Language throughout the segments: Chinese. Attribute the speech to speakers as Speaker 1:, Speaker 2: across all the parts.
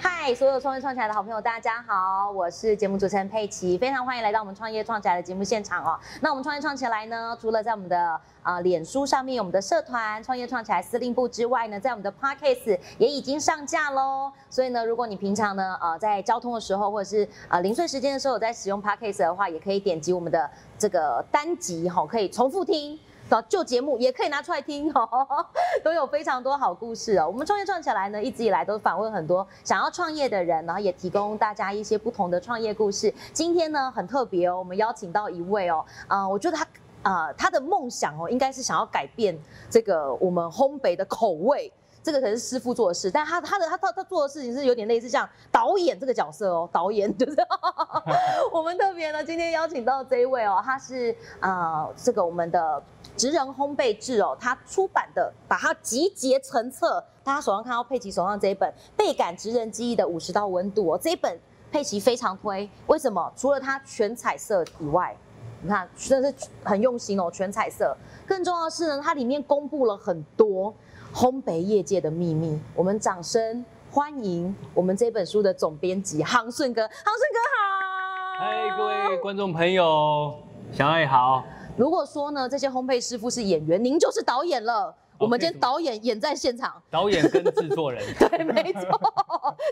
Speaker 1: 嗨，所有创业创起来的好朋友，大家好，我是节目主持人佩奇，非常欢迎来到我们创业创起来的节目现场哦。那我们创业创起来呢，除了在我们的呃脸书上面有我们的社团创业创起来司令部之外呢，在我们的 Podcast 也已经上架喽。所以呢，如果你平常呢呃在交通的时候，或者是呃零碎时间的时候有在使用 Podcast 的话，也可以点击我们的这个单集哈、可以重复听。找旧节目也可以拿出来听哦， 都有非常多好故事哦。我们创业创起来呢，一直以来都访问很多想要创业的人，然后也提供大家一些不同的创业故事。今天呢，很特别哦，我们邀请到一位哦，啊、我觉得他。啊、他的梦想哦，应该是想要改变这个我们烘焙的口味，这个可是师傅做的事，但他他的他他他做的事情是有点类似像导演这个角色哦，导演就是 我们特别呢，今天邀请到这一位哦，他是呃这个我们的职人烘焙制哦，他出版的，把它集结成册。大家手上看到佩奇手上这一本《倍感职人记忆的五十道温度》哦，这一本佩奇非常推，为什么？除了它全彩色以外，你看真的是很用心哦，全彩色。更重要的是呢，它里面公布了很多烘焙业界的秘密。我们掌声欢迎我们这本书的总编辑杭顺哥，杭顺哥好。
Speaker 2: 嗨，各位观众朋友，小爱好，
Speaker 1: 如果说呢，这些烘焙师傅是演员，您就是导演了。我们今天导演演在现场，
Speaker 2: 导演跟制作人，
Speaker 1: 对，没错，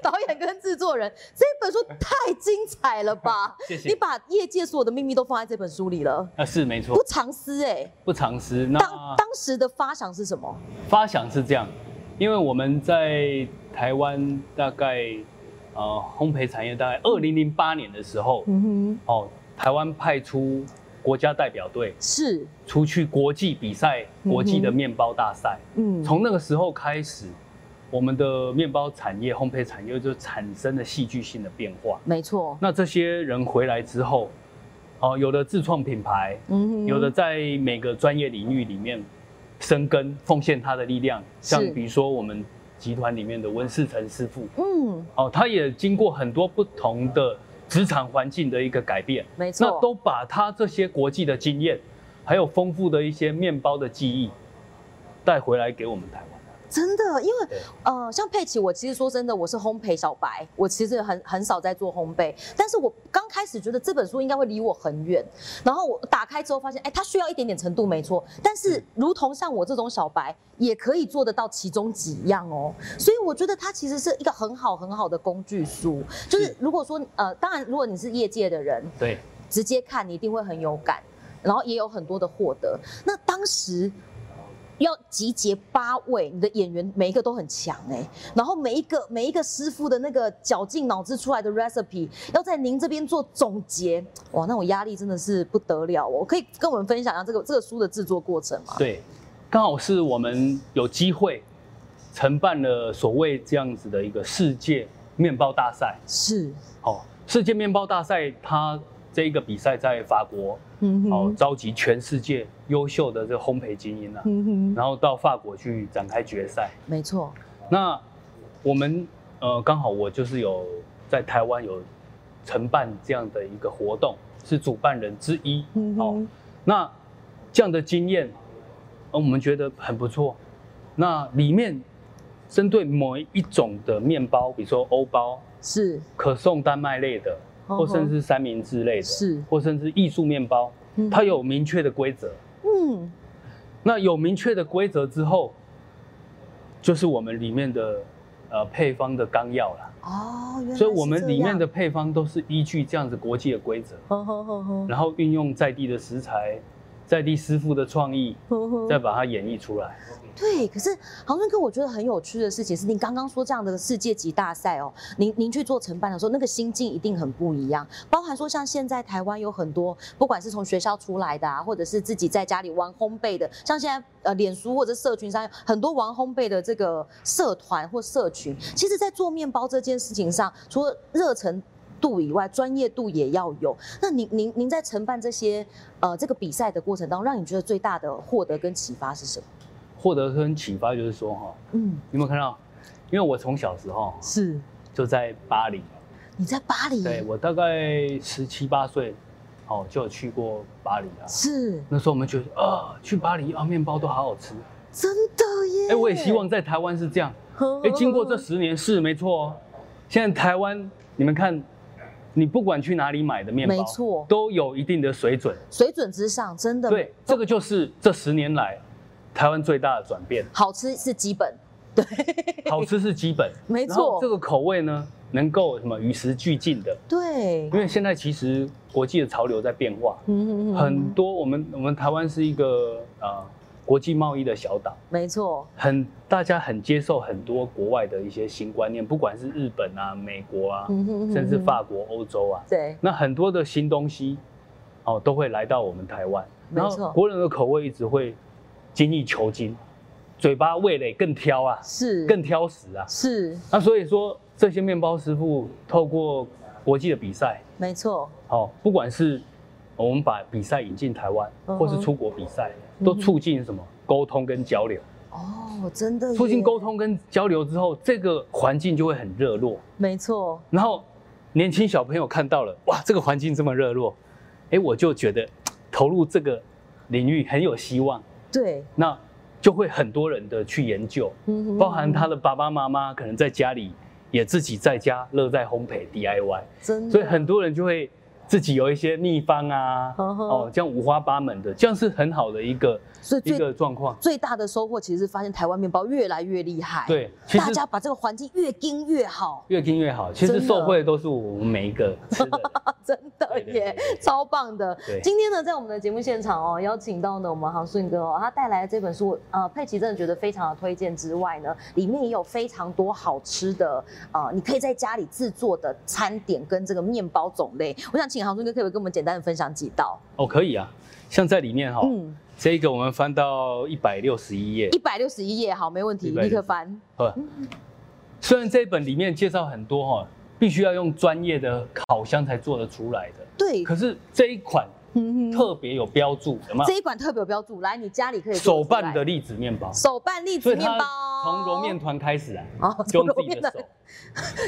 Speaker 1: 导演跟制作人这本书太精彩了吧！
Speaker 2: 谢
Speaker 1: 你
Speaker 2: 谢。
Speaker 1: 把业界所有的秘密都放在这本书里了，
Speaker 2: 啊，是没错
Speaker 1: 不，藏私哎、
Speaker 2: 不藏私。那
Speaker 1: 当当时的发想是什么？
Speaker 2: 发想是这样，因为我们在台湾大概呃烘焙产业大概二零零八年的时候，
Speaker 1: 嗯哼，
Speaker 2: 哦，台湾派出国家代表队
Speaker 1: 是，
Speaker 2: 出去国际比赛，国际的
Speaker 1: 嗯哼
Speaker 2: 面包大赛。
Speaker 1: 嗯，
Speaker 2: 从那个时候开始，我们的面包产业、烘焙产业就产生了戏剧性的变化。
Speaker 1: 没错，
Speaker 2: 那这些人回来之后，哦，有的自创品牌，
Speaker 1: 嗯哼
Speaker 2: 有的在每个专业领域里面生根，奉献他的力量。像
Speaker 1: 是
Speaker 2: 比如说我们集团里面的温世成师傅，
Speaker 1: 嗯，
Speaker 2: 哦，他也经过很多不同的职场环境的一个改变，
Speaker 1: 没错，
Speaker 2: 那都把他这些国际的经验，还有丰富的一些面包的记忆，带回来给我们台湾。
Speaker 1: 真的，因为
Speaker 2: 对
Speaker 1: 呃，像佩奇，我其实说真的，我是烘焙小白，我其实很很少在做烘焙，但是我刚开始觉得这本书应该会离我很远，然后我打开之后发现，哎，它需要一点点程度没错，但是如同像我这种小白，也可以做得到其中几样哦，所以我觉得它其实是一个很好很好的工具书，就是
Speaker 2: 是
Speaker 1: 如果说呃，当然如果你是业界的人，
Speaker 2: 对，
Speaker 1: 直接看，你一定会很有感，然后也有很多的获得。那当时要集结八位，你的演员每一个都很强哎、然后每一个每一个师傅的那个绞尽脑汁出来的 recipe，要在您这边做总结，哇，那种压力真的是不得了哦！可以跟我们分享一下这个这个书的制作过程吗？
Speaker 2: 对，刚好是我们有机会承办了所谓这样子的一个世界面包大赛。
Speaker 1: 是，
Speaker 2: 哦，世界面包大赛它这一个比赛在法国
Speaker 1: 嗯
Speaker 2: 哦
Speaker 1: 哼，
Speaker 2: 召集全世界优秀的这烘焙精英啊，
Speaker 1: 嗯哼，
Speaker 2: 然后到法国去展开决赛。
Speaker 1: 没错，
Speaker 2: 那我们呃刚好我就是有在台湾有承办这样的一个活动，是主办人之一。
Speaker 1: 嗯
Speaker 2: 哦
Speaker 1: 哼，，
Speaker 2: 那这样的经验，呃，我们觉得很不错。那里面针对某一种的面包，比如说欧包、
Speaker 1: 是，
Speaker 2: 可颂丹麦类的，或甚至三明治类的，
Speaker 1: 嗯是
Speaker 2: 或甚至艺术面包，
Speaker 1: 嗯
Speaker 2: 它有明确的规则。
Speaker 1: 嗯，
Speaker 2: 那有明确的规则之后，就是我们里面的呃配方的纲要啦。
Speaker 1: 哦，原来
Speaker 2: 所以我
Speaker 1: 是
Speaker 2: 们
Speaker 1: 这
Speaker 2: 里面
Speaker 1: 样
Speaker 2: 的，配方都是依据这样子国际的规则，
Speaker 1: 哼哼哼哼
Speaker 2: 然后运用在地的食材、在地师傅的创意，
Speaker 1: 哼哼
Speaker 2: 再把它演绎出来。
Speaker 1: 对，可是航顺哥，我觉得很有趣的事情是，您刚刚说这样的世界级大赛哦，您您去做承办的时候，那个心境一定很不一样。包含说，像现在台湾有很多，不管是从学校出来的啊，或者是自己在家里玩烘焙的，像现在呃，脸书或者社群上很多玩烘焙的这个社团或社群，其实在做面包这件事情上，除了热忱。度以外，专业度也要有。那您您您在承办这些呃这个比赛的过程当中，让你觉得最大的获得跟启发是什么？
Speaker 2: 获得跟启发就是说哈，
Speaker 1: 嗯，
Speaker 2: 你有没有看到？因为我从小时候
Speaker 1: 是
Speaker 2: 就在巴黎，
Speaker 1: 你在巴黎，
Speaker 2: 对我大概十七八岁，哦就有去过巴黎啊。
Speaker 1: 是
Speaker 2: 那时候我们觉得啊，去巴黎啊，面包都好好吃。
Speaker 1: 真的耶。
Speaker 2: 哎哎、我也希望在台湾是这样。
Speaker 1: 呵呵呵。
Speaker 2: 哎、经过这十年是没错哦，现在台湾，你们看，你不管去哪里买的面包，
Speaker 1: 没错
Speaker 2: 都有一定的水准。
Speaker 1: 水准之上，真的
Speaker 2: 对，这个就是这十年来台湾最大的转 变。
Speaker 1: 好吃是基本，
Speaker 2: 好吃是基本，
Speaker 1: 没
Speaker 2: 然后
Speaker 1: 错
Speaker 2: 这，个口味呢，能够什么与时俱进的，
Speaker 1: 对，
Speaker 2: 因为现在其实国际的潮流在变化，
Speaker 1: 嗯嗯嗯
Speaker 2: 很多我们我们台湾是一个呃国际贸易的小岛，
Speaker 1: 没错，
Speaker 2: 很大家很接受很多国外的一些新观念，不管是日本啊、美国啊，
Speaker 1: 嗯哼嗯哼
Speaker 2: 甚至法国、欧洲啊，
Speaker 1: 对，
Speaker 2: 那很多的新东西哦都会来到我们台湾，
Speaker 1: 没
Speaker 2: 然
Speaker 1: 错
Speaker 2: 后国人的口味一直会精益求精，嘴巴味蕾更挑啊，
Speaker 1: 是
Speaker 2: 更挑食啊。
Speaker 1: 是
Speaker 2: 那所以说，这些面包师傅透过国际的比赛，
Speaker 1: 没错，
Speaker 2: 哦，不管是我们把比赛引进台湾，
Speaker 1: 嗯哼嗯
Speaker 2: 或是出国比赛，
Speaker 1: 哼
Speaker 2: 都促进什么沟通跟交流。
Speaker 1: 哦，真的耶，
Speaker 2: 促进沟通跟交流之后，这个环境就会很热络。
Speaker 1: 没错，
Speaker 2: 然后年轻小朋友看到了，哇，这个环境这么热络，哎，我就觉得嘖投入这个领域很有希望。
Speaker 1: 对，
Speaker 2: 那就会很多人的去研究，
Speaker 1: 嗯哼
Speaker 2: 包含他的爸爸妈妈可能在家里也自己在家乐在烘焙 DIY。
Speaker 1: 真的，
Speaker 2: 所以很多人就会自己有一些秘方啊，
Speaker 1: 嗯哼
Speaker 2: 哦，这样五花八门的，这样是很好的一个
Speaker 1: 所以
Speaker 2: 一
Speaker 1: 最
Speaker 2: 个状况。
Speaker 1: 最大的收获其实是发现台湾面包越来越厉害，，
Speaker 2: 对，其实
Speaker 1: 哎大家把这个环境越盯越好，
Speaker 2: 越听越好，其
Speaker 1: 真
Speaker 2: 实
Speaker 1: 的
Speaker 2: 受惠的都是我们每一个吃的人。
Speaker 1: 真的
Speaker 2: 对对
Speaker 1: 耶
Speaker 2: 对对，对
Speaker 1: 超棒的
Speaker 2: 对。
Speaker 1: 今天呢，在我们的节目现场哦，邀请到呢我们航顺哥哦，他带来的这本书，呃，佩奇真的觉得非常的推荐之外呢，里面也有非常多好吃的，呃，你可以在家里制作的餐点跟这个面包种类。我想请航顺哥可不可以跟我们简单的分享几道？
Speaker 2: 哦，可以啊，像在里面哈、
Speaker 1: 嗯，
Speaker 2: 这一个我们翻到一百六十一页
Speaker 1: 一，百六十一页，好，没问题，
Speaker 2: 161
Speaker 1: 立刻翻。
Speaker 2: 呃，
Speaker 1: 嗯
Speaker 2: 虽然这一本里面介绍很多哈、必须要用专业的烤箱才做得出来的，
Speaker 1: 对，
Speaker 2: 可是这一款
Speaker 1: 嗯哼
Speaker 2: 特别有标注，有没
Speaker 1: 这一款特别有标注，来，你家里可以
Speaker 2: 有？
Speaker 1: 做
Speaker 2: 手
Speaker 1: 得出来
Speaker 2: 办的栗子面包，
Speaker 1: 手办栗子
Speaker 2: 所以
Speaker 1: 面
Speaker 2: 它
Speaker 1: 包，
Speaker 2: 从揉面团 开始啊，
Speaker 1: 哦，
Speaker 2: 就
Speaker 1: 从
Speaker 2: 用
Speaker 1: 揉
Speaker 2: 自己
Speaker 1: 面
Speaker 2: 的
Speaker 1: 的
Speaker 2: 手。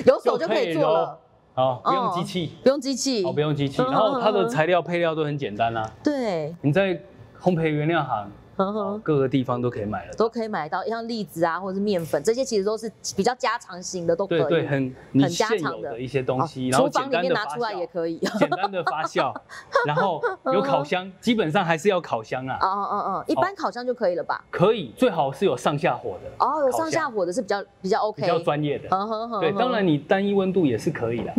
Speaker 1: 有手就可以做了，
Speaker 2: 啊，不用
Speaker 1: 哦
Speaker 2: 机器，
Speaker 1: 不用机器
Speaker 2: 哦，，不用机器。
Speaker 1: 嗯
Speaker 2: 然后它的材料配料都很简单啦，
Speaker 1: 对，
Speaker 2: 你在烘焙原料行
Speaker 1: 呵
Speaker 2: 哦
Speaker 1: 呵，
Speaker 2: 各个地方都可以买了。
Speaker 1: 嗯都可以买到，像栗子啊，或者是面粉，这些其实都是比较家常型的，都可以。
Speaker 2: 对对，很你
Speaker 1: 很家
Speaker 2: 现
Speaker 1: 常
Speaker 2: 有
Speaker 1: 的
Speaker 2: 的一些东
Speaker 1: 啊
Speaker 2: 西，然后
Speaker 1: 厨
Speaker 2: 简
Speaker 1: 房里
Speaker 2: 单
Speaker 1: 面
Speaker 2: 的
Speaker 1: 拿
Speaker 2: 发
Speaker 1: 出来也
Speaker 2: 酵，
Speaker 1: 可以。 嗯
Speaker 2: 简单的发酵，然后有烤箱，基本上还是要烤箱啊
Speaker 1: 啊，啊啊啊！一般烤箱就可以了吧？
Speaker 2: 可以，最好是有上下火的，
Speaker 1: 哦，有
Speaker 2: 烤
Speaker 1: 上下
Speaker 2: 箱
Speaker 1: 火的是比较比较 OK，
Speaker 2: 比较专业的。
Speaker 1: 嗯哼哼
Speaker 2: 对，当然，你单一温度也是可以的，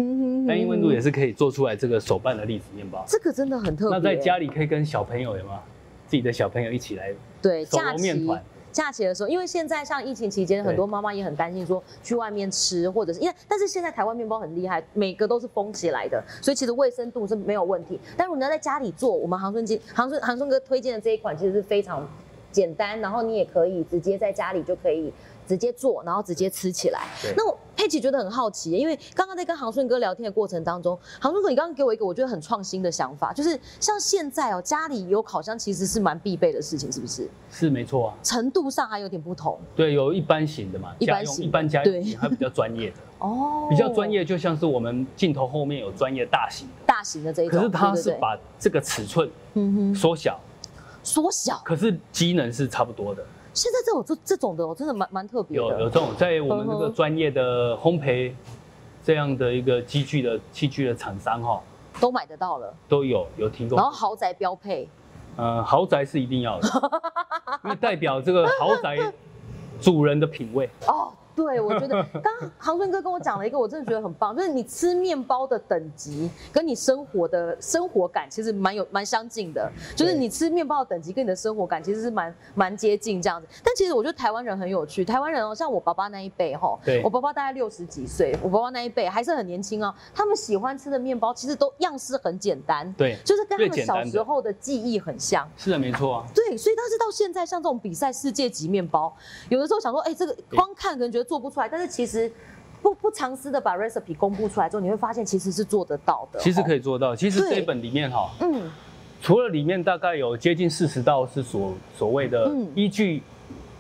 Speaker 2: 单一温度也
Speaker 1: 是。
Speaker 2: 是可以做出来这个手办的栗子面包。
Speaker 1: 嗯这个真的很特别。
Speaker 2: 那在家里可以跟小朋友有没有？自己的小朋友一起来
Speaker 1: 对
Speaker 2: 手
Speaker 1: 假
Speaker 2: 揉
Speaker 1: 期
Speaker 2: 面团。
Speaker 1: 假期的时候，因为现在像疫情期间，
Speaker 2: 对
Speaker 1: 很多妈妈也很担心说去外面吃，或者是因为，但是现在台湾面包很厉害，每个都是封起来的，所以其实卫生度是没有问题。但如果你要在家里做，我们航顺金航顺航顺哥推荐的这一款其实是非常简单，然后你也可以直接在家里就可以直接做，然后直接吃起来
Speaker 2: 对。
Speaker 1: 那我佩奇觉得很好奇，因为刚刚在跟航顺哥聊天的过程当中，航顺哥你刚刚给我一个我觉得很创新的想法，就是像现在哦，家里有烤箱其实是蛮必备的事情，是不是？
Speaker 2: 是没错啊，
Speaker 1: 程度上还有点不同
Speaker 2: 对，有一般型的嘛，
Speaker 1: 一
Speaker 2: 家
Speaker 1: 般
Speaker 2: 用
Speaker 1: 型的
Speaker 2: 一般家用
Speaker 1: 对
Speaker 2: 型，还比较 专业的，
Speaker 1: 哦，
Speaker 2: 比较专业，就像是我们镜头后面有专业大型的，
Speaker 1: 大型的这一种，
Speaker 2: 可是它
Speaker 1: 对
Speaker 2: 是
Speaker 1: 对对
Speaker 2: 把这个尺寸
Speaker 1: 嗯哼
Speaker 2: 缩小，
Speaker 1: 缩小。
Speaker 2: 可是机能是差不多的。
Speaker 1: 现在这种这这种的哦，真的蛮蛮特别
Speaker 2: 有有
Speaker 1: 的，
Speaker 2: 这种在我们这个
Speaker 1: 嗯哼
Speaker 2: 专业的烘焙这样的一个机具的器具的厂商哈、
Speaker 1: 都买得到了。
Speaker 2: 都有有提供
Speaker 1: 然，后豪宅标配，
Speaker 2: 呃，豪宅是一定要 的，因为代表这个豪宅主人的品味。
Speaker 1: 哦，对，我 觉得刚刚航顺哥跟我讲了一个，我真的觉得很棒，就是你吃面包的等级跟你生活的生活感其实蛮有蛮相近的，就是
Speaker 2: 对
Speaker 1: 你吃面包的等级跟你的生活感其实是蛮蛮接近这样子。但其实我觉得台湾人很有趣，台湾人哦，像我爸爸那一辈哈、哦，
Speaker 2: 对
Speaker 1: 我爸爸大概六十几岁，我爸爸那一辈还是很年轻哦，他们喜欢吃的面包其实都样式很简单，
Speaker 2: 对，
Speaker 1: 就是跟他
Speaker 2: 越
Speaker 1: 们
Speaker 2: 简
Speaker 1: 小
Speaker 2: 单的
Speaker 1: 时候的记忆很像。
Speaker 2: 是的，没错啊。
Speaker 1: 对，所以但是到现在，像这种比赛世界级面包，有的时候想说，哎、这个光看可能觉得做不出来，但是其实不不尝试的把 recipe 公布出来之后，你会发现其实是做得到的。
Speaker 2: 其实可
Speaker 1: 以，
Speaker 2: 以做到。其实
Speaker 1: 对
Speaker 2: 这一本里面哈、
Speaker 1: 嗯，
Speaker 2: 除了里面大概有接近四十道是所所谓的
Speaker 1: 嗯
Speaker 2: 依据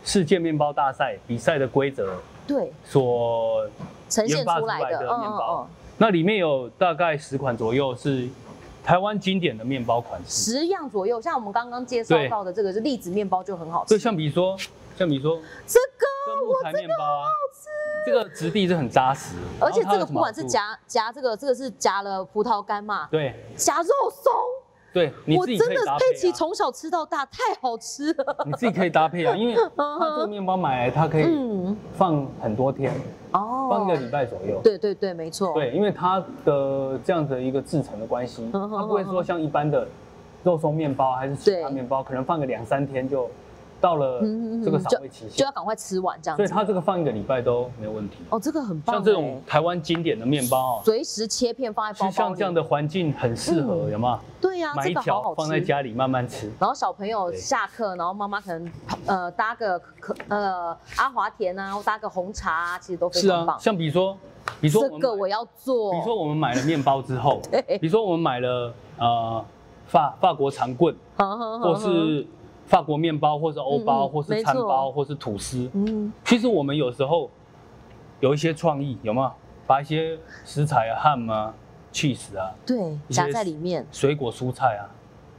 Speaker 2: 世界面包大赛比赛的规则
Speaker 1: 对，
Speaker 2: 所，
Speaker 1: 呈现
Speaker 2: 研发
Speaker 1: 出
Speaker 2: 出来
Speaker 1: 来的，
Speaker 2: 的面包
Speaker 1: 嗯，
Speaker 2: 那里面有大概十款左右是台湾经典的面包款式。
Speaker 1: 十样左右。像我们刚刚介绍到的这个是栗子面包就很好
Speaker 2: 所
Speaker 1: 吃啊
Speaker 2: 以，像比如说，像比如说
Speaker 1: 这
Speaker 2: 就木材面包啊，这个质地是很扎实，
Speaker 1: 而且
Speaker 2: 然后它
Speaker 1: 这
Speaker 2: 有
Speaker 1: 个
Speaker 2: 什
Speaker 1: 不
Speaker 2: 么
Speaker 1: 管是
Speaker 2: 好处，
Speaker 1: 夹夹这个，这个是夹了葡萄干嘛，
Speaker 2: 对
Speaker 1: 夹肉松，
Speaker 2: 对，你
Speaker 1: 我
Speaker 2: 自己
Speaker 1: 真
Speaker 2: 可以
Speaker 1: 的
Speaker 2: 搭
Speaker 1: 佩奇
Speaker 2: 配、啊，
Speaker 1: 从小吃到大，太好吃了。
Speaker 2: 你自己可以搭配 啊，因为它这个面包买来它可以
Speaker 1: 嗯，
Speaker 2: 放很多天，
Speaker 1: 哦，
Speaker 2: 放一个礼拜左右。
Speaker 1: 对对对，没错。
Speaker 2: 对，因为它的这样的一个制成的关系，它
Speaker 1: 嗯哼
Speaker 2: 不会说像一般的肉松面包还是其他面包，可能放个两三天就到了
Speaker 1: 嗯嗯嗯
Speaker 2: 这个赏味期
Speaker 1: 就
Speaker 2: 限
Speaker 1: 要，赶快吃完这样
Speaker 2: 所以
Speaker 1: 子。
Speaker 2: 它这个放一个礼拜都没有问题。
Speaker 1: 哦，这个很棒哎。
Speaker 2: 像这种台湾经典的面包哦，
Speaker 1: 随时切片放在
Speaker 2: 其
Speaker 1: 包包
Speaker 2: 实
Speaker 1: 里，
Speaker 2: 像这样的环境很适合，
Speaker 1: 嗯
Speaker 2: 有吗？
Speaker 1: 对呀、
Speaker 2: 买
Speaker 1: 这
Speaker 2: 一
Speaker 1: 个好
Speaker 2: 条
Speaker 1: 好
Speaker 2: 放在
Speaker 1: 吃。
Speaker 2: 家里慢慢吃。
Speaker 1: 然后小朋友
Speaker 2: 对
Speaker 1: 下课，然后妈妈可能呃搭个可呃阿华田啊，或搭个红茶、啊，其实都非
Speaker 2: 是
Speaker 1: 常
Speaker 2: 啊
Speaker 1: 棒，。
Speaker 2: 像比如说，比如说
Speaker 1: 这个
Speaker 2: 我
Speaker 1: 我
Speaker 2: 们
Speaker 1: 要做。
Speaker 2: 买，比如说我们买了面包之 后，
Speaker 1: 对
Speaker 2: 比如说我们买了呃法法国长棍，
Speaker 1: 呵呵呵
Speaker 2: 或
Speaker 1: 呵
Speaker 2: 是法国面包，或是欧
Speaker 1: 嗯嗯
Speaker 2: 包，
Speaker 1: 嗯
Speaker 2: 或是
Speaker 1: 没
Speaker 2: 餐包，
Speaker 1: 错
Speaker 2: 或是吐司。
Speaker 1: 嗯，
Speaker 2: 其实我们有时候有一些创意，有没有？把一些食材啊、ham 啊、cheese 啊、
Speaker 1: 对，
Speaker 2: 一些
Speaker 1: 夹在里面。
Speaker 2: 水果、蔬菜啊，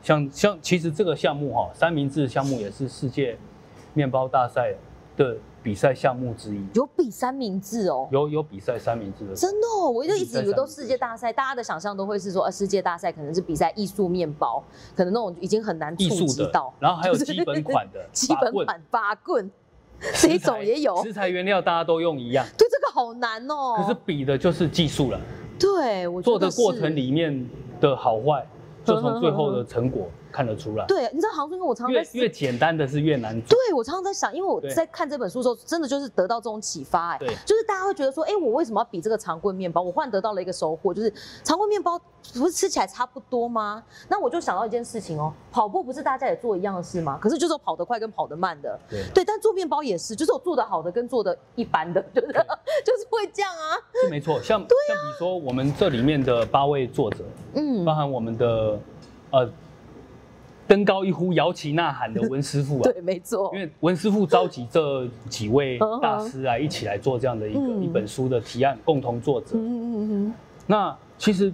Speaker 2: 像像其实这个项目哈、三明治项目也是世界面包大赛的比赛项目之一，
Speaker 1: 有比三明治哦，
Speaker 2: 有有比赛三明治的。
Speaker 1: 真的哦，我就一直以为都
Speaker 2: 比赛三明治
Speaker 1: 世界大赛，大家的想象都会是说，呃，世界大赛可能是比赛艺术面包，可能那种已经很难
Speaker 2: 艺
Speaker 1: 触
Speaker 2: 术
Speaker 1: 及
Speaker 2: 的
Speaker 1: 到，。
Speaker 2: 然后还有基本款的
Speaker 1: 基
Speaker 2: 法
Speaker 1: 本
Speaker 2: 棍
Speaker 1: 款八棍，
Speaker 2: 食
Speaker 1: 这一种
Speaker 2: 材
Speaker 1: 也有。
Speaker 2: 食材原料大家都用一样，
Speaker 1: 对，这个好难哦。
Speaker 2: 可是比的就是技术了。
Speaker 1: 对我觉
Speaker 2: 做
Speaker 1: 得
Speaker 2: 的过
Speaker 1: 是
Speaker 2: 程，里面的好坏，就从最后的成果看得出来。
Speaker 1: 对，你知道航空我常常在
Speaker 2: 越
Speaker 1: 思
Speaker 2: 越简单的是越难做。
Speaker 1: 对，我常常在想，因为我
Speaker 2: 对
Speaker 1: 在看这本书的时候，真的就是得到这种启发、哎，
Speaker 2: 对
Speaker 1: 就是大家会觉得说，哎、我为什么要比这个长棍面包？我忽然得到了一个收获，就是长棍面包不是吃起来差不多吗？那我就想到一件事情哦，跑步不是大家也做一样的事吗？可是就是有跑得快跟跑得慢的，
Speaker 2: 对，
Speaker 1: 对，但做面包也是，就是有做得好的跟做得一般的，对不对？就是 会这样啊，
Speaker 2: 是没错。像、像比如说我们这里面的八位作者，
Speaker 1: 嗯
Speaker 2: 包，含我们的呃登高一呼摇旗呐喊的文师傅啊，
Speaker 1: 对，没错
Speaker 2: 因，为文师傅召集这几位大师啊一起来做这样的一个、
Speaker 1: 嗯
Speaker 2: 一本书的提案，共同作者。
Speaker 1: 嗯嗯嗯
Speaker 2: 那其实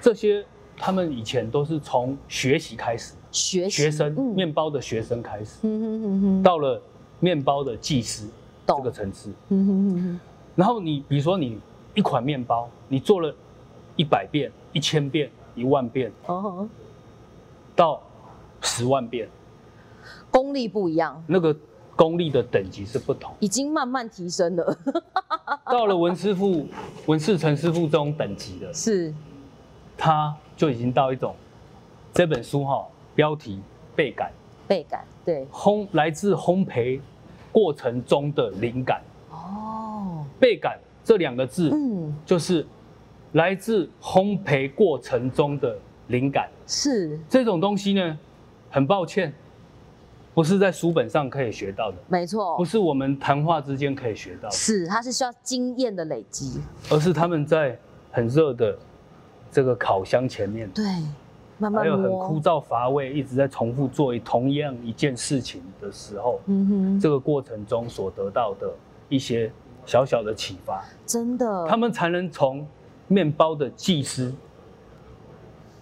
Speaker 2: 这些他们以前都是从学习开始，
Speaker 1: 嗯，学习
Speaker 2: 学生、
Speaker 1: 嗯
Speaker 2: 面包的学生开始。
Speaker 1: 嗯嗯嗯嗯，
Speaker 2: 到了面包的技师
Speaker 1: 懂
Speaker 2: 这个层次。
Speaker 1: 嗯嗯嗯嗯，
Speaker 2: 然后你比如说你一款面包，你做了一百遍、一千遍、一万遍
Speaker 1: 哦，
Speaker 2: 到十万遍，
Speaker 1: 功力不一样。
Speaker 2: 那个功力的等级是不同。
Speaker 1: 已经慢慢提升 了，
Speaker 2: 到了文师傅、文世成师傅这种等级的，
Speaker 1: 是
Speaker 2: 他就已经到一种这本书哈、标题倍感，
Speaker 1: 倍感，对，
Speaker 2: 烘来自烘焙过程中的灵感，
Speaker 1: 哦，
Speaker 2: 倍感这两个字
Speaker 1: 嗯，
Speaker 2: 就是来自烘焙过程中的灵感。
Speaker 1: 是
Speaker 2: 这种东西呢，很抱歉，不是在书本上可以学到的，
Speaker 1: 没错
Speaker 2: 不，是我们谈话之间可以学到的，
Speaker 1: 是，它是需要经验的累积，
Speaker 2: 而是他们在很热的这个烤箱前面，
Speaker 1: 对，慢慢
Speaker 2: 还有很枯
Speaker 1: 摸，
Speaker 2: 燥乏味，一直在重复做一同样一件事情的时候，
Speaker 1: 嗯哼，
Speaker 2: 这个过程中所得到的一些小小的启发，
Speaker 1: 真的，
Speaker 2: 他们才能从面包的技师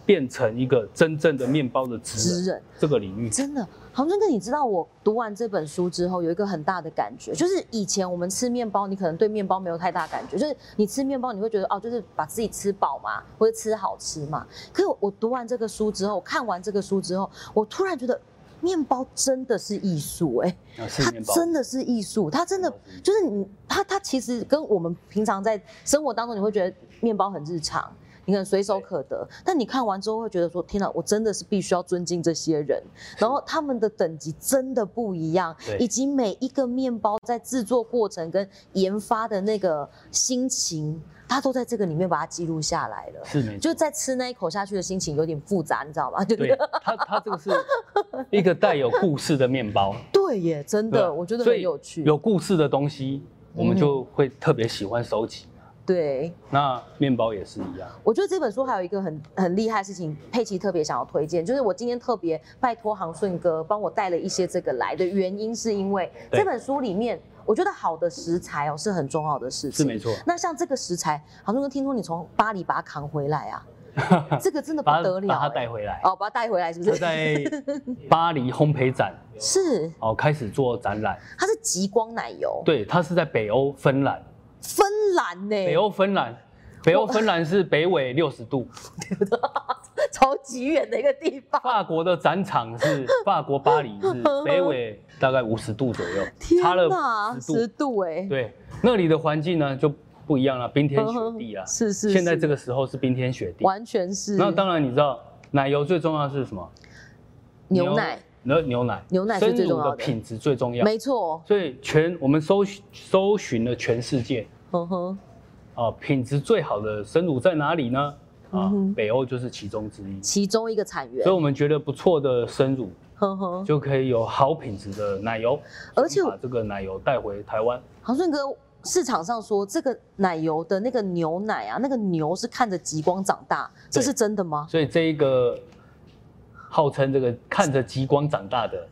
Speaker 2: 变成一个真正的面包的职
Speaker 1: 职
Speaker 2: 人
Speaker 1: 人，
Speaker 2: 这个领域。
Speaker 1: 真的，航真哥，你知道我读完这本书之后有一个很大的感觉，就是以前我们吃面包，你可能对面包没有太大感觉，就是你吃面包你会觉得哦，就是把自己吃饱嘛，或者吃好吃嘛。可是我我读完这个书之后，看完这个书之后，我突然觉得面包真的是艺术、哎。
Speaker 2: 啊是
Speaker 1: 它
Speaker 2: 面包哦
Speaker 1: 真的是艺术，它真的就是你，它它其实跟我们平常在生活当中，你会觉得面包很日常，你可能随手可得，但你看完之后会觉得说，天哪，我真的是必须要尊敬这些人，然后他们的等级真的不一样
Speaker 2: 对，
Speaker 1: 以及每一个面包在制作过程跟研发的那个心情，它都在这个里面把它记录下来了。
Speaker 2: 是没错
Speaker 1: 就在吃那一口下去的心情有点复杂，你知道吗？ 对
Speaker 2: 对它，它这个是一个带有故事的 面包，
Speaker 1: 对耶，真
Speaker 2: 对吧
Speaker 1: 的，我觉得
Speaker 2: 所
Speaker 1: 很
Speaker 2: 以
Speaker 1: 有趣。
Speaker 2: 有故事的东西，我们
Speaker 1: 嗯
Speaker 2: 就会特别喜欢收集。
Speaker 1: 对，
Speaker 2: 那面包也是一样，
Speaker 1: 我觉得这本书还有一个很很厉害的事情，佩奇特别想要推荐，就是我今天特别拜托航顺哥帮我带了一些这个来的原因，是因为
Speaker 2: 对
Speaker 1: 这本书里面，我觉得好的食材哦是很重要的事
Speaker 2: 是
Speaker 1: 情。
Speaker 2: 没错。
Speaker 1: 那像这个食材，航顺哥听说你从巴黎把它扛回来 啊，这个真的不
Speaker 2: 把它
Speaker 1: 得了、
Speaker 2: 把它
Speaker 1: 哎
Speaker 2: 带回来，
Speaker 1: 哦，把它带回来是不
Speaker 2: 它
Speaker 1: 是？
Speaker 2: 在巴黎烘焙展
Speaker 1: 是，
Speaker 2: 哦开始做展览，
Speaker 1: 它是极光奶油，
Speaker 2: 对，它是在北欧芬兰，
Speaker 1: 芬兰呢、
Speaker 2: 北欧芬兰，北欧芬兰是北纬六十度，
Speaker 1: 超级远的一个地方。
Speaker 2: 法国的展场是法国巴黎 是北纬大概五十度左右，差了十
Speaker 1: 十
Speaker 2: 度。
Speaker 1: 度哎，
Speaker 2: 对，那里的环境呢就不一样了，冰天雪地啊。
Speaker 1: 是是，
Speaker 2: 现在
Speaker 1: 是
Speaker 2: 这个时候是冰天雪地。
Speaker 1: 完全是
Speaker 2: 那当然你知道，奶油最重要的是什么？
Speaker 1: 牛奶，，
Speaker 2: 牛牛奶，
Speaker 1: 牛奶是
Speaker 2: 生
Speaker 1: 最
Speaker 2: 乳
Speaker 1: 重要
Speaker 2: 的
Speaker 1: 的
Speaker 2: 品质最重要。
Speaker 1: 没错，
Speaker 2: 所以全我们搜寻搜寻了全世界
Speaker 1: 呵呵，
Speaker 2: 啊，品质最好的生乳在哪里呢？啊
Speaker 1: 嗯，哼
Speaker 2: 北欧就是其中之一。
Speaker 1: 其中一个产源
Speaker 2: 所以，我们觉得不错的生乳
Speaker 1: 呵呵。
Speaker 2: 就可以有好品质的奶油，
Speaker 1: 而且
Speaker 2: 把这个奶油带回台湾。
Speaker 1: 航顺哥，市场上说这个奶油的那个牛奶啊，那个牛是看着极光长大，这
Speaker 2: 对
Speaker 1: 是真的吗？
Speaker 2: 所以这一个号称这个看着极光长大 的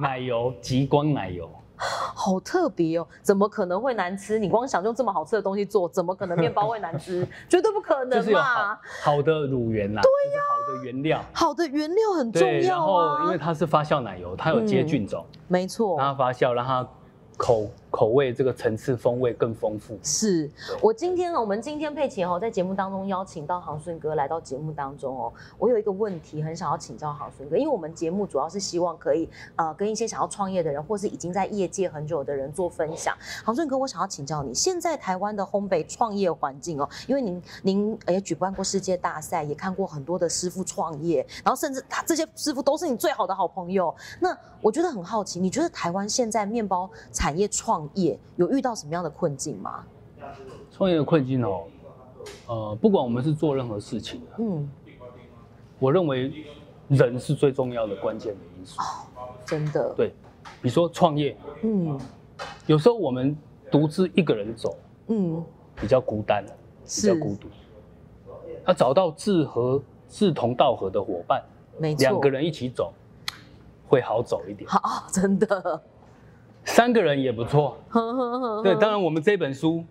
Speaker 2: 奶油，极光奶油，
Speaker 1: 好特别哦，怎么可能会难吃？你光想用这么好吃的东西做，怎么可能面包会难吃？ 绝对不可
Speaker 2: 就
Speaker 1: 能
Speaker 2: 是有好
Speaker 1: 嘛！
Speaker 2: 好的乳源啦，对呀、好的原料。
Speaker 1: 好的原料很重
Speaker 2: 对，然
Speaker 1: 要
Speaker 2: 后因为
Speaker 1: 啊，嗯
Speaker 2: 它是发酵奶油，它有接菌种，
Speaker 1: 没错。
Speaker 2: 让它发酵，让它口口味这个层次风味更丰富。
Speaker 1: 是
Speaker 2: 对
Speaker 1: 我今天呢，我们今天佩奇哦，在节目当中邀请到航顺哥来到节目当中哦，我有一个问题很想要请教航顺哥，因为我们节目主要是希望可以呃跟一些想要创业的人，或是已经在业界很久的人做分享。航顺哥，我想要请教你，现在台湾的烘焙创业环境哦，因为您您呃也举办过世界大赛，也看过很多的师傅创业，然后甚至他这些师傅都是你最好的好朋友，那我觉得很好奇，你觉得台湾现在面包产业创业有遇到什么样的困境吗？
Speaker 2: 创业的困境哦，呃，不管我们是做任何事情啊，
Speaker 1: 嗯，
Speaker 2: 我认为人是最重要的关键的因素。
Speaker 1: 真的，
Speaker 2: 对，比如说创业，
Speaker 1: 嗯
Speaker 2: 有时候我们独自一个人走
Speaker 1: 嗯，
Speaker 2: 比较孤单，比
Speaker 1: 是
Speaker 2: 较孤独。要找到志合、志同道合的伙伴，
Speaker 1: 没错，
Speaker 2: 两个人一起走会好走一点，
Speaker 1: 好、哦真的，
Speaker 2: 三个人也不错。
Speaker 1: 呵呵呵
Speaker 2: 对，
Speaker 1: 呵
Speaker 2: 当然我们这本书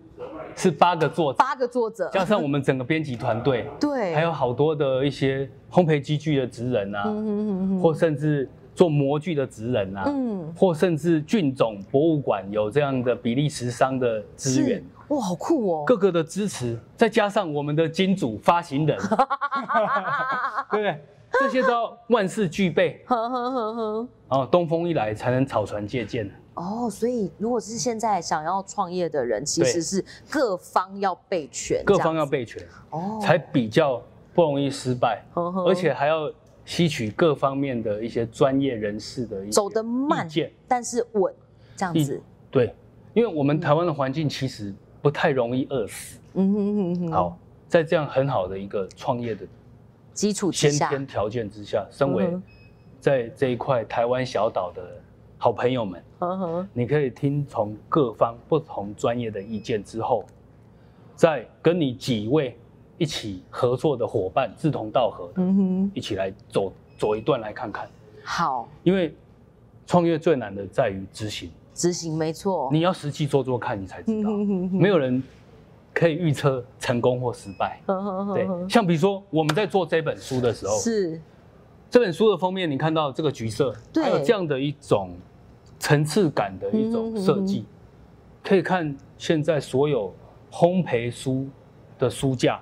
Speaker 2: 是八个作者，
Speaker 1: 八个作者，
Speaker 2: 加上我们整个编辑团队，
Speaker 1: 对，
Speaker 2: 还有好多的一些烘焙机具的职人啊，
Speaker 1: 嗯嗯嗯嗯，
Speaker 2: 或甚至做模具的职人啊，
Speaker 1: 嗯
Speaker 2: 或甚至菌种博物馆有这样的比利时商的资源
Speaker 1: 是，哇，好酷哦，
Speaker 2: 各个的支持，再加上我们的金主发 行人，对不对？这些都要万事俱备
Speaker 1: 呵呵呵呵。
Speaker 2: 哦，东风一来才能草船借箭。
Speaker 1: 哦，所以如果是现在想要创业的人，其
Speaker 2: 对
Speaker 1: 实是各方要备全这
Speaker 2: 各
Speaker 1: 样子，嗯
Speaker 2: 方要备全，
Speaker 1: 哦，
Speaker 2: 才比较不容易失败，
Speaker 1: 呵呵
Speaker 2: 而且还要吸取各方面的一些专业人士的一些
Speaker 1: 走得慢
Speaker 2: 意见。
Speaker 1: 但是稳这样
Speaker 2: 意
Speaker 1: 子，
Speaker 2: 对，因为我们台湾的环境其实不太容易饿死。
Speaker 1: 嗯哼哼哼，
Speaker 2: 好，在这样很好的一个创业的
Speaker 1: 基础之
Speaker 2: 先
Speaker 1: 下，
Speaker 2: 天条件之下，身
Speaker 1: 嗯
Speaker 2: 为
Speaker 1: 哼
Speaker 2: 在这一块台湾小岛的好朋友们，
Speaker 1: 呵呵，
Speaker 2: 你可以听从各方不同专业的意见之后，再跟你几位一起合作的伙伴志同道合的，
Speaker 1: 嗯哼，
Speaker 2: 一起来走走一段来看看。
Speaker 1: 好，
Speaker 2: 因为创业最难的在于执行，
Speaker 1: 执行没错，嗯
Speaker 2: 你要实际做做看，你才知道。
Speaker 1: 哼
Speaker 2: 没有人可以预测成功或失败。
Speaker 1: 呵呵呵
Speaker 2: 对
Speaker 1: 呵，
Speaker 2: 像比如说我们在做这本书的时候，
Speaker 1: 嗯是，
Speaker 2: 这本书的封面，你看到这个橘色，
Speaker 1: 对
Speaker 2: 还有这样的一种层次感的一种设计，
Speaker 1: 嗯
Speaker 2: 可以看现在所有烘焙书的书架，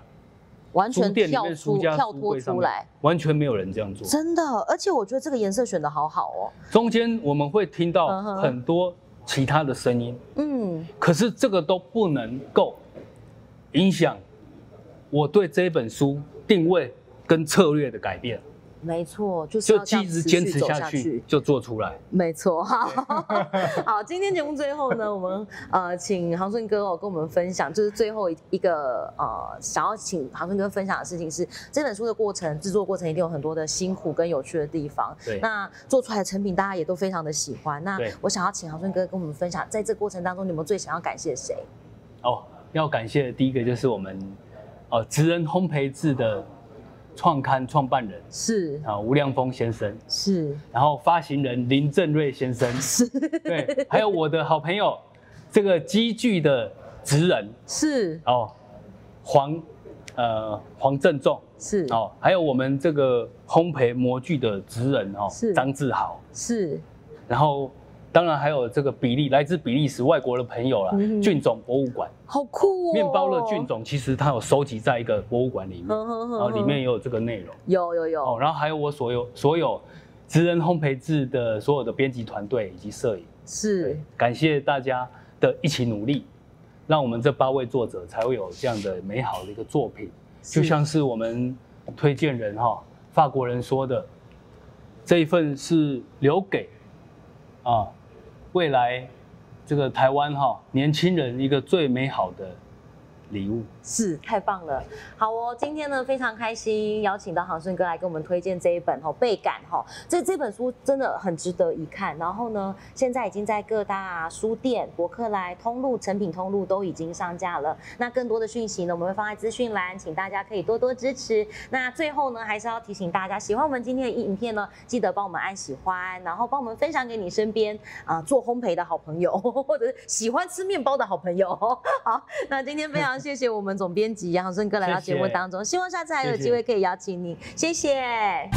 Speaker 1: 完
Speaker 2: 书
Speaker 1: 全
Speaker 2: 店里
Speaker 1: 跳
Speaker 2: 面
Speaker 1: 出
Speaker 2: 书架、
Speaker 1: 跳
Speaker 2: 书
Speaker 1: 脱
Speaker 2: 柜上
Speaker 1: 出
Speaker 2: 面
Speaker 1: 来，，
Speaker 2: 完全没有人这样做。
Speaker 1: 真的，而且我觉得这个颜色选的好好哦，
Speaker 2: 中间我们会听到
Speaker 1: 嗯哼
Speaker 2: 很多其他的声音，
Speaker 1: 嗯，
Speaker 2: 可是这个都不能够影响我对这本书定位跟策略的改变，
Speaker 1: 没错，就是
Speaker 2: 就
Speaker 1: 要这
Speaker 2: 一
Speaker 1: 样
Speaker 2: 直
Speaker 1: 持
Speaker 2: 坚
Speaker 1: 续
Speaker 2: 持
Speaker 1: 走
Speaker 2: 下去，就做出来。
Speaker 1: 没错，好， 好，今天节目最后呢，我们呃请航顺哥哦跟我们分享，就是最后一一个呃想要请航顺哥分享的事情是，这本书的过程制作过程一定有很多的辛苦跟有趣的地方。
Speaker 2: 对
Speaker 1: 那做出来的成品大家也都非常的喜欢。那
Speaker 2: 对
Speaker 1: 我想要请航顺哥跟我们分享，在这过程当中，你们最想要感谢谁？
Speaker 2: 哦，要感谢的第一个就是我们呃职人烘焙制的创刊创办人
Speaker 1: 是
Speaker 2: 啊、吴亮峰先生，
Speaker 1: 是
Speaker 2: 然后发行人林正瑞先生，
Speaker 1: 是
Speaker 2: 对，还有我的好朋友这个机具的职人
Speaker 1: 是
Speaker 2: 哦黄呃黄正仲
Speaker 1: 是
Speaker 2: 哦，还有我们这个烘焙模具的职人哦
Speaker 1: 是
Speaker 2: 张志豪，
Speaker 1: 是
Speaker 2: 然后当然还有这个比利来自比利时外国的朋友啦，
Speaker 1: 嗯
Speaker 2: 菌种博物馆，
Speaker 1: 好酷哦！
Speaker 2: 面包的菌，种其实它有收集在一个博物馆里面，
Speaker 1: 呵呵呵
Speaker 2: 然后里面也有这个内容
Speaker 1: 有有有，
Speaker 2: 哦，然后还有我所有所有职人烘焙制的所有的编辑团队以及摄影，
Speaker 1: 是
Speaker 2: 感谢大家的一起努力，让我们这八位作者才会有这样的美好的一个作品。
Speaker 1: 是
Speaker 2: 就像是我们推荐人哈、法国人说的，这一份是留给啊未来这个台湾哈、年轻人一个最美好的礼物。
Speaker 1: 是太棒了，好哦！今天呢非常开心，邀请到航顺哥来给我们推荐这一本哈、哦《倍感》哈、哦，这这本书真的很值得一看。然后呢，现在已经在各大书店、博客来、通路、成品通路都已经上架了。那更多的讯息呢，我们会放在资讯栏，请大家可以多多支持。那最后呢，还是要提醒大家，喜欢我们今天的影片呢，记得帮我们按喜欢，然后帮我们分享给你身边啊、做烘焙的好朋友，或者是喜欢吃面包的好朋友。 好，那今天非常谢谢我们总编辑杨生哥来到节目当中，希望下次还有
Speaker 2: 谢谢
Speaker 1: 机会可以邀请你，谢谢